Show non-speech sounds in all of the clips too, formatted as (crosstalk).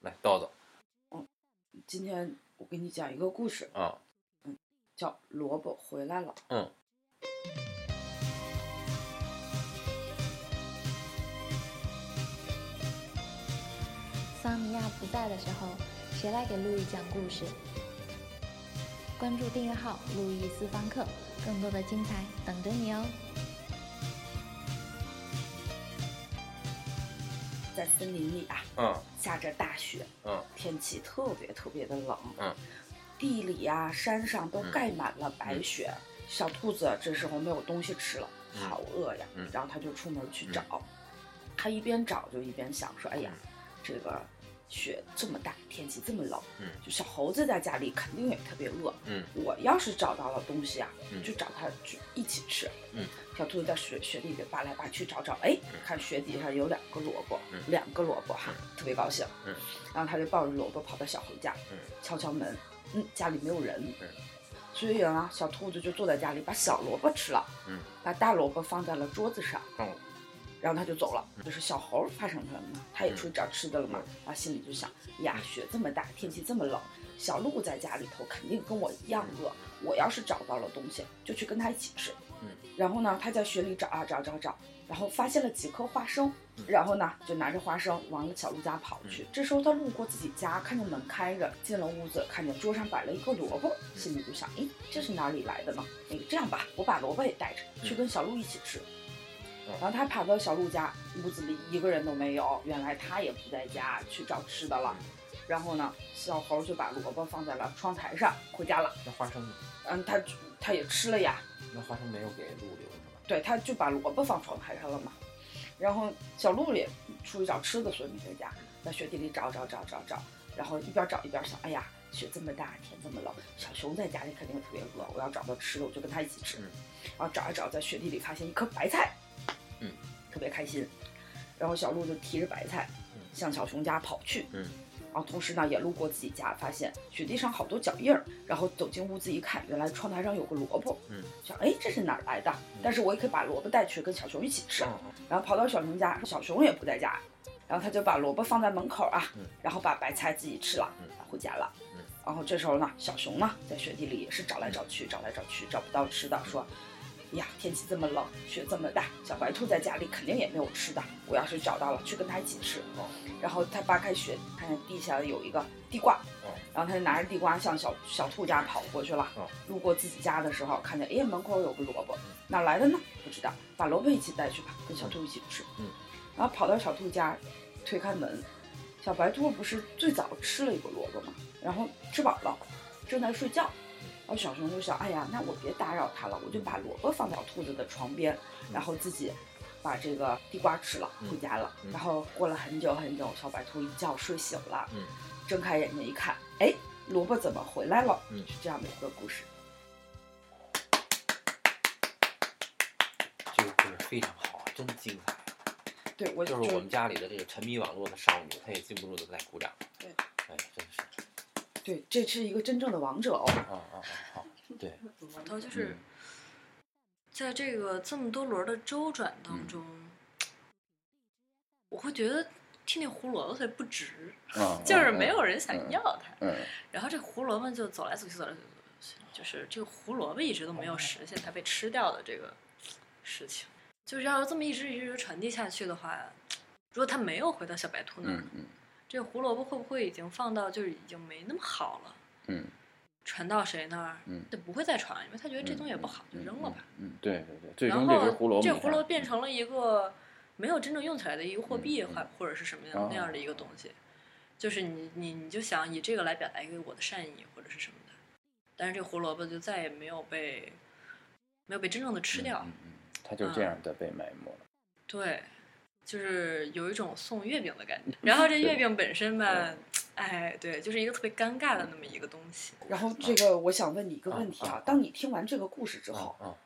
来叨叨今天我给你讲一个故事，啊，叫《萝卜回来了》。嗯，桑尼亚不在的时候，谁来给路易讲故事？关注订阅号“路易私房课”，更多的精彩等着你哦！在森林里啊，嗯下着大雪，嗯天气特别特别的冷。嗯，地里呀、山上都盖满了白雪。小兔子这时候没有东西吃了，嗯好饿呀！嗯然后它就出门去找。它一边找就一边想说：“哎呀，这个雪这么大，天气这么冷，嗯就小猴子在家里肯定也特别饿。嗯我要是找到了东西啊，嗯就找它去一起吃。嗯，小兔子在雪雪地里扒来扒去找找，哎，看雪底下有两个萝卜，嗯两个萝卜哈，特别高兴。嗯，然后他就抱着萝卜跑到小猴家，嗯敲敲门，嗯，家里没有人。嗯，所以呢，小兔子就坐在家里把小萝卜吃了，嗯，把大萝卜放在了桌子上，嗯然后他就走了。就是小猴发生什么呢？他也出去找吃的了嘛，嗯他心里就想：哎呀，雪这么大，天气这么冷，小鹿在家里头肯定跟我一样饿。我要是找到了东西，就去跟它一起吃。嗯，然后呢，他在雪里找啊找找找，然后发现了几颗花生，然后呢就拿着花生往小鹿家跑去。这时候他路过自己家，看见门开着，进了屋子，看见桌上摆了一个萝卜，心里就想：咦，这是哪里来的呢？那个这样吧，我把萝卜也带着，去跟小鹿一起吃。然后他跑到小鹿家，屋子里一个人都没有，原来他也不在家，去找吃的嗯了。然后呢，小猴就把萝卜放在了窗台上，回家了。那花生呢？嗯，他他也吃了呀，那花生没有给鹿留是吧？对，他就把萝卜放窗台上了嘛。然后小鹿也出去找吃的，所以没在家，在雪地里找找找找找，然后一边找一边想，哎呀，雪这么大，天这么冷，小熊在家里肯定特别饿，我要找到吃的，我就跟它一起吃。嗯然后找一找，在雪地里发现一颗白菜，嗯，特别开心。然后小鹿就提着白菜嗯向小熊家跑去，嗯然后同时呢也路过自己家，发现雪地上好多脚印儿，然后走进屋子一看，原来窗台上有个萝卜，嗯，想哎这是哪儿来的？但是我也可以把萝卜带去跟小熊一起吃，嗯然后跑到小熊家，小熊也不在家，然后他就把萝卜放在门口啊，嗯然后把白菜自己吃了，嗯回家了。嗯然后这时候呢，小熊呢在雪地里也是找来找去，找来找去，找不到吃的，说。哎呀，天气这么冷，雪这么大，小白兔在家里肯定也没有吃的。我要是找到了，去跟它一起吃。哦然后他扒开雪，看见地下有一个地瓜，哦然后他就拿着地瓜向小小兔家跑过去了。哦嗯路过自己家的时候，看见哎呀门口有个萝卜，哪儿来的呢？不知道，把萝卜一起带去吧，跟小兔一起吃。嗯，然后跑到小兔家，推开门，小白兔不是最早吃了一个萝卜嘛，然后吃饱了，正在睡觉。嗯然后小熊就想，哎呀，那我别打扰它了，我就把萝卜放到兔子的床边，然后自己把这个地瓜吃了，嗯回家了。嗯然后过了很久很久，小白兔一觉睡醒了，嗯睁开眼睛一看，哎，萝卜怎么回来了？嗯是这样的一个故事。这个故事非常好，真精彩。对，我就是我们家里的这个沉迷网络的少女，她也禁不住的在鼓掌。对，哎，真是对，这是一个真正的王者哦。啊啊啊！好，对，然后嗯就是在这个这么多轮儿的周转嗯当中，我会觉得听那胡萝卜它不值，嗯， (laughs) 就是没有人想要它。嗯然后这胡萝卜就走来走去，走来走去，就是这个胡萝卜一直都哦没有实现它被吃掉的这个事情。就是要这么一直一直传递下去的话，如果它没有回到小白兔那儿，嗯这个胡萝卜会不会已经放到就是已经没那么好了？嗯传到谁那儿，嗯就不会再传，因为他觉得这东西也不好，就扔了吧。嗯，对对对，最然终这后只胡萝卜，嗯这胡萝卜变成了一个没有真正用起来的一个货币，或、或者是什么样、哦那样的一个东西。就是你你你就想以这个来表达一个我的善意或者是什么的，但是这胡萝卜就再也没有被没有被真正的吃掉。嗯嗯，它就这样的被埋没了。对，就是有一种送月饼的感觉。然后这月饼本身吧，哎，对，就是一个特别尴尬的那么一个东西。然后这个，我想问你一个问题啊啊啊，当你听完这个故事之后啊，啊！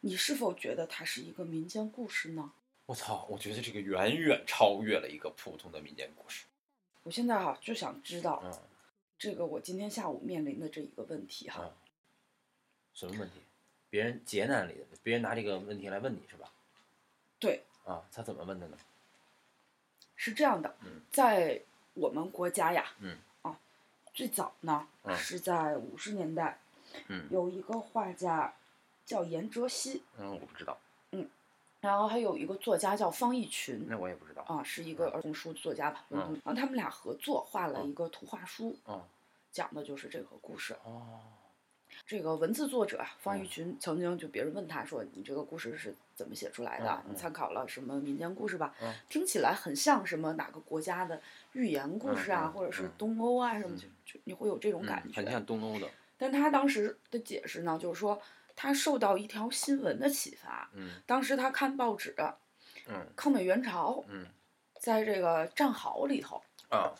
你是否觉得它是一个民间故事呢？我操，我觉得这个远远超越了一个普通的民间故事。我现在哈、就想知道嗯，这个我今天下午面临的这一个问题哈、啊什么问题？别人劫难里的，别人拿这个问题来问你是吧？对，啊，他怎么问的呢？是这样的嗯，在我们国家呀，嗯，啊，最早呢、嗯是在五十年代，嗯有一个画家叫颜哲熙，嗯，我不知道，然后还有一个作家叫方逸群，那我也不知道。啊，是一个儿童书作家吧，儿童嗯然后他们俩合作画了一个图画书，嗯讲的就是这个故事。哦，这个文字作者啊方玉嗯群曾经就别人问他说：“你这个故事是怎么写出来的？嗯你嗯参考了什么民间故事吧？嗯听起来很像什么哪个国家的寓言故事啊，嗯嗯或者是嗯东欧啊什么，嗯就就你会有这种嗯感觉。很像东欧的，但他当时的解释呢，就是说他受到一条新闻的启发，嗯当时他看报纸，嗯抗美援朝嗯在这个战壕里头。”啊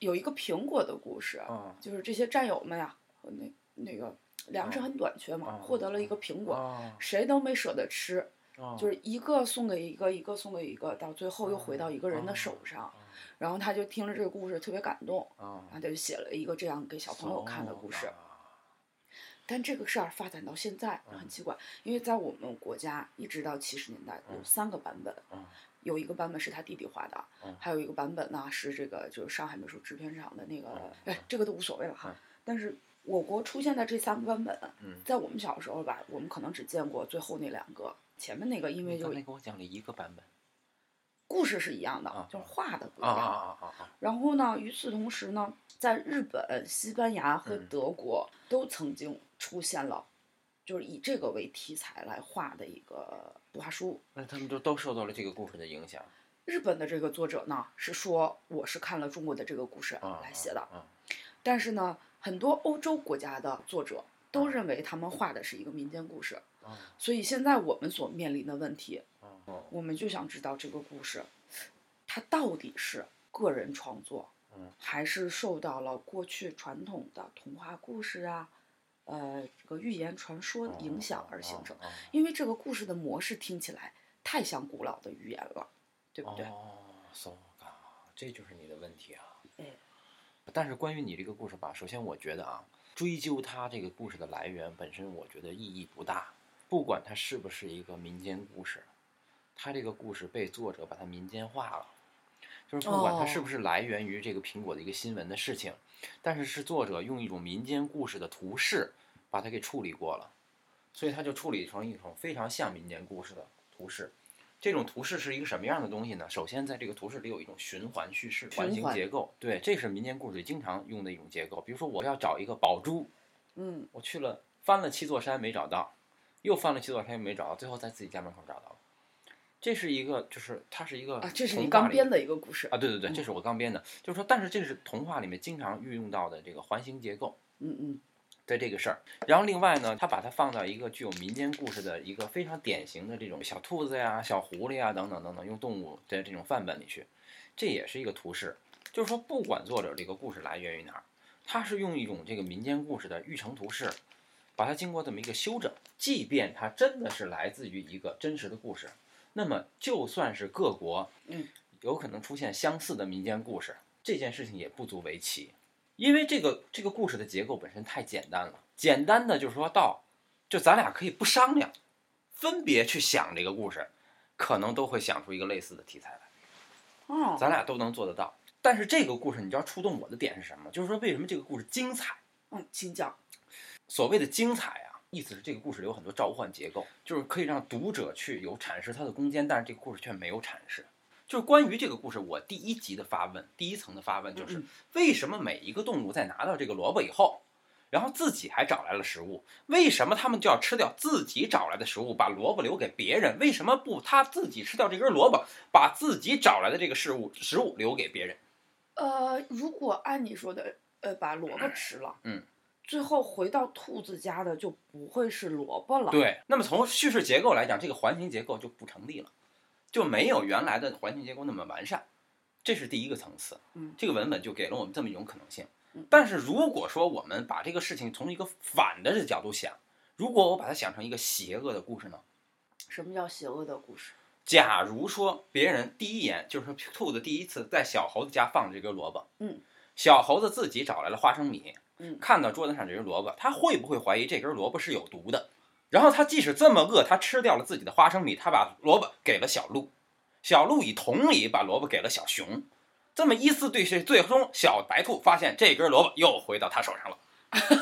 有一个苹果的故事，啊就是这些战友们呀，和那那个粮食哦很短缺嘛，哦获得了一个苹果，啊，谁都没舍得吃，哦就是是一个送给一个，一个送给一个，到最后又回到一个人的手上。然后他就听了这个故事特别感动，啊然后他就写了一个这样给小哦朋友看的故事。但这个事儿发展到现在很奇怪，因为在我们国家一直到七十年代有嗯三个版本，嗯有一个版本是他弟弟画的，嗯还有一个版本呢是这个就是上海美术制片厂的那个，嗯哎，这个都无所谓了哈。嗯但是我国出现的这三个版本，嗯在我们小时候吧，我们可能只见过最后那两个，前面那个因为你刚就才跟我讲了一个版本故事是一样的，啊就是画的不一啊样。啊啊啊啊，然后呢，与此同时呢，在日本、西班牙和嗯德国都曾经出现了，就是以这个为题材来画的一个图画书。那他们就都受到了这个故事的影响日本的这个作者呢，是说我是看了中国的这个故事啊来写的，啊但是呢，很多欧洲国家的作者都认为他们画的是一个民间故事，啊所以现在我们所面临的问题，啊我们就想知道这个故事，它到底是个人创作嗯，还是受到了过去传统的童话故事啊，呃，这个寓言传说哦的影响而形成？啊因为这个故事的模式听起来太像古老的寓言了，对不对？哦，so 这就是你的问题啊。嗯。但是关于你这个故事吧，首先我觉得啊，追究它这个故事的来源本身，我觉得意义不大。不管它是不是一个民间故事，它这个故事被作者把它民间化了，就是不管它哦是不是来源于这个苹果的一个新闻的事情，但是是作者用一种民间故事的图式把它给处理过了，所以它就处理成一种非常像民间故事的图式。这种图式是一个什么样的东西呢？首先，在这个图式里有一种循环叙事、循环环形结构，对，这是民间故事里经常用的一种结构。比如说，我要找一个宝珠，嗯，我去了翻了七座山没找到，又翻了七座山又没找到，最后在自己家门口找到了。这是一个，就是它是一个啊，这是你童话刚里编的一个故事啊，，对对对，嗯这是我刚编的，就是说，但是这是童话里面经常运用到的这个环形结构。嗯嗯，对这个事儿。然后另外呢，他把它放到一个具有民间故事的一个非常典型的这种小兔子呀、小狐狸呀等等等等，用动物的这种范本里去，这也是一个图示。就是说，不管作者这个故事来源于哪儿，他是用一种这个民间故事的育成图式，把它经过这么一个修整。即便它真的是来自于一个真实的故事，那么就算是各国，嗯，有可能出现相似的民间故事，这件事情也不足为奇。因为这个这个故事的结构本身太简单了，简单的就是说到，就咱俩可以不商量，分别去想这个故事，可能都会想出一个类似的题材来，哦，咱俩都能做得到。但是这个故事，你知道触动我的点是什么？就是说为什么这个故事精彩？嗯，请讲，所谓的精彩啊，意思是这个故事里有很多召唤结构，就是可以让读者去有阐释它的空间，但是这个故事却没有阐释。就是关于这个故事，我第一集的发问，第一层的发问就是嗯为什么每一个动物在拿到这个萝卜以后，然后自己还找来了食物，为什么他们就要吃掉自己找来的食物，把萝卜留给别人？为什么不他自己吃掉这根萝卜，把自己找来的这个事物食物留给别人？呃，如果按你说的，呃，把萝卜吃了，嗯，最后回到兔子家的就不会是萝卜了，，对，那么从叙事结构来讲，这个环形结构就不成立了，就没有原来的环形结构那么完善。这是第一个层次，嗯这个文本就给了我们这么一种可能性嗯。但是如果说我们把这个事情从一个反的角度想，如果我把它想成一个邪恶的故事呢？什么叫邪恶的故事？假如说别人第一眼就是说兔子第一次在小猴子家放这根萝卜，嗯，小猴子自己找来了花生米，嗯看到桌子上这根萝卜，他会不会怀疑这根萝卜是有毒的？然后他即使这么饿，他吃掉了自己的花生米，他把萝卜给了小鹿，小鹿以同理把萝卜给了小熊，这么依次对谁，最终小白兔发现这根萝卜又回到他手上了。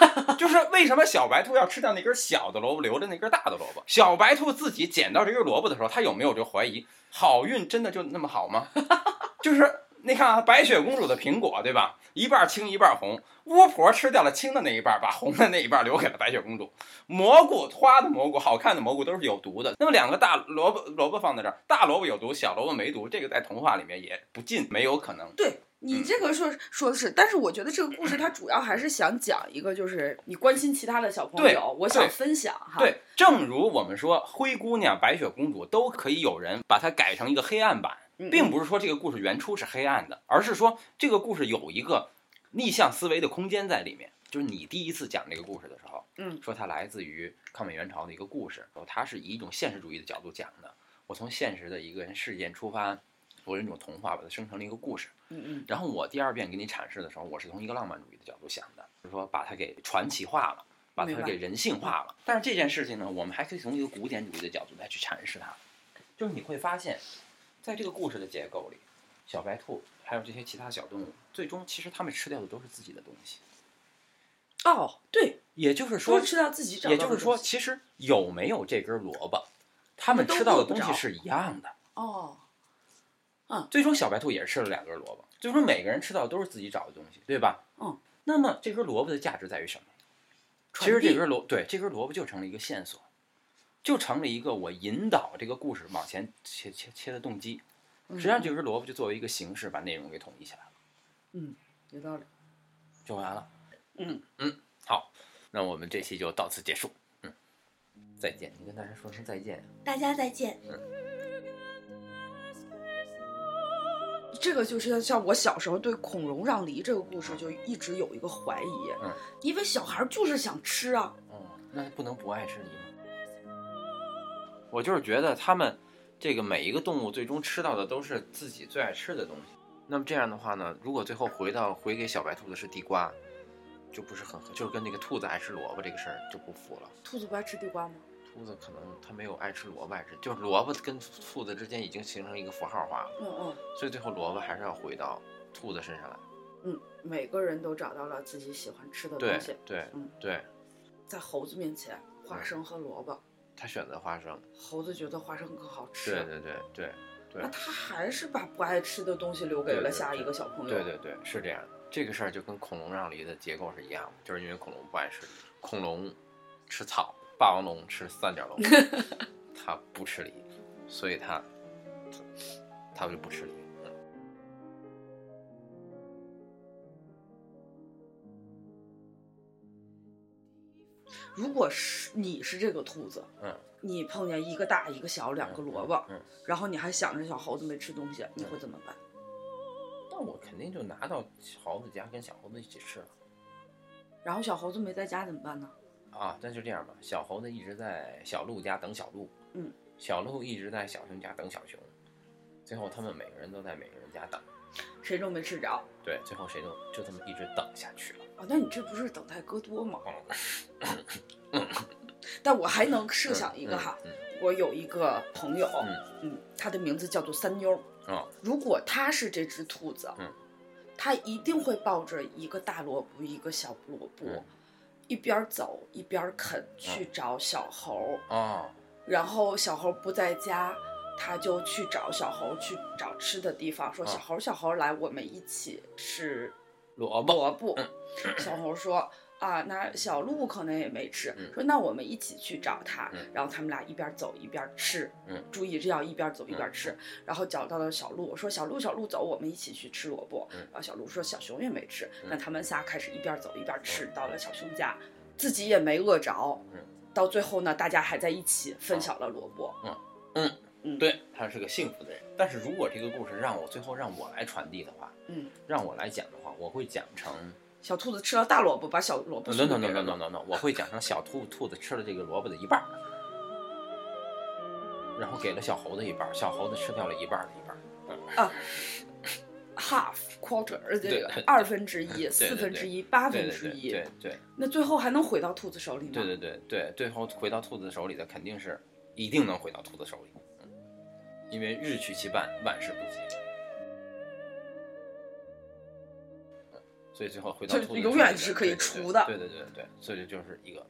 (laughs) 就是为什么小白兔要吃掉那根小的萝卜，留着那根大的萝卜？小白兔自己捡到这根萝卜的时候，他有没有就怀疑好运真的就那么好吗？ (laughs) 就是你看啊，白雪公主的苹果对吧？一半青一半红，巫婆吃掉了青的那一半，把红的那一半留给了白雪公主。蘑菇花的蘑菇，好看的蘑菇都是有毒的。那么两个大萝卜萝卜放在这儿，大萝卜有毒，小萝卜没毒，这个在童话里面也不尽没有可能。对嗯你这个说说的是，但是我觉得这个故事它主要还是想讲一个，就是你关心其他的小朋对友，我想对分享哈。对，正如我们说，灰姑娘、白雪公主都可以有人把它改成一个黑暗版，嗯，并嗯不是说这个故事原初是黑暗的，而是说这个故事有一个逆向思维的空间在里面。就是你第一次讲这个故事的时候，嗯，说它来自于抗美援朝的一个故事，它是以一种现实主义的角度讲的。我从现实的一个人事件出发，我用一种童话把它生成了一个故事。嗯嗯然后我第二遍给你阐释的时候，我是从一个浪漫主义的角度想的，就是说把它给传奇化了，把它明白给人性化了。但是这件事情呢，我们还可以从一个古典主义的角度来去阐释它。就是你会发现，在这个故事的结构里，小白兔还有这些其他小动物，最终其实它们吃掉的都是自己的东西。哦，对，也就是多说，吃到自己找到也的就东西。是说，其实有没有这根萝卜，它们都吃到的够不东西着是一样的。哦，最终小白兔也是吃了两根萝卜，最终每个人吃到的都是自己找的东西，对吧？嗯。那么这根萝卜的价值在于什么？其传实这递根萝对这根萝卜就成了一个线索，就成了一个我引导这个故事往前切切切的动机。嗯实际上，这根萝卜就作为一个形式把内容给统一起来了，有道理。就完了。嗯嗯，好，那我们这期就到此结束。嗯，再见，你跟大家说声再见。大家再见。这个就是像我小时候对孔融让梨这个故事就一直有一个怀疑，嗯因为小孩就是想吃啊，哦，那不能不爱吃梨吗？我就是觉得他们这个每一个动物最终吃到的都是自己最爱吃的东西。那么这样的话呢，如果最后回到回给小白兔的是地瓜，就不是很合，就是跟那个兔子爱吃萝卜这个事儿就不符了。兔子不爱吃地瓜吗？兔子可能它没有爱吃萝卜爱吃，就是萝卜跟兔子之间已经形成一个符号化了，嗯嗯所以最后萝卜还是要回到兔子身上来。嗯，每个人都找到了自己喜欢吃的对东西，对嗯对，在猴子面前，花生和萝卜，它选择花生。猴子觉得花生更好吃，啊对对对对对那。他还是把不爱吃的东西留给对了对下一对个小朋友。对对对，是这样的。这个事儿就跟恐龙让梨的结构是一样的，就是因为恐龙不爱吃梨，恐龙吃草，霸王龙吃三角 (laughs) 龙，它不吃梨，所以它它它就不吃梨。嗯如果是你是这个兔子，嗯，你碰见一个大一个小两个萝卜，嗯，然后你还想着小猴子没吃东西，你会怎么办？那我肯定就拿到猴子家跟小猴子一起吃了然后小猴子没在家怎么办呢？啊。但是这样吧，小猴子一直在小鹿家等小鹿，嗯，小鹿一直在小熊家等小熊，最后他们每个人都在每个人家等，谁都没吃着。对，最后谁都就这么一直等下去了。哦，那你这不是等待戈多吗？嗯但我还能设想一个嗯哈，，嗯我有一个朋友，嗯嗯，他的名字叫做三妞儿。哦如果他是这只兔子，嗯，他一定会抱着一个大萝卜，一个小萝卜，嗯一边儿走一边儿啃，去找小猴。哦，然后小猴不在家，他就去找小猴，去找吃的地方，说啊小猴小猴来，我们一起吃萝卜，嗯萝 (laughs) 卜。小猴说。啊，那小鹿可能也没吃，嗯说那我们一起去找它，嗯然后他们俩一边走一边吃，嗯注意这要一边走一边嗯吃，然后找到了小鹿，我说小鹿小鹿走，我们一起去吃萝卜，嗯然后小鹿说小熊也没吃，嗯那他们仨开始一边走一边吃，到了小熊家，自己也没饿着，嗯啊到最后呢，大家还在一起分享了萝卜，对，他是个幸福的人。但是如果这个故事让我最后让我来传递的话，嗯，让我来讲的话，我会讲成小兔子吃了大萝卜，把小萝卜 no 送 no 给 no no 人 no 了 no no no，我会讲成小兔兔子吃了这个萝卜的一半儿，然后给了小猴子一半儿，小猴子吃掉了一半儿的一半儿。 half quarter 呃这对个对二分之一、四 (laughs) 对分之一、八对分对之对一，对对那最后还能回到兔子手里吗？对对对对，最后回到兔子手里的肯定是一定能回到兔子手里，嗯因为日取其半，万事不竭。所以最后回到就兔子永远这个是可以对对对除的对对对对，所以就是一个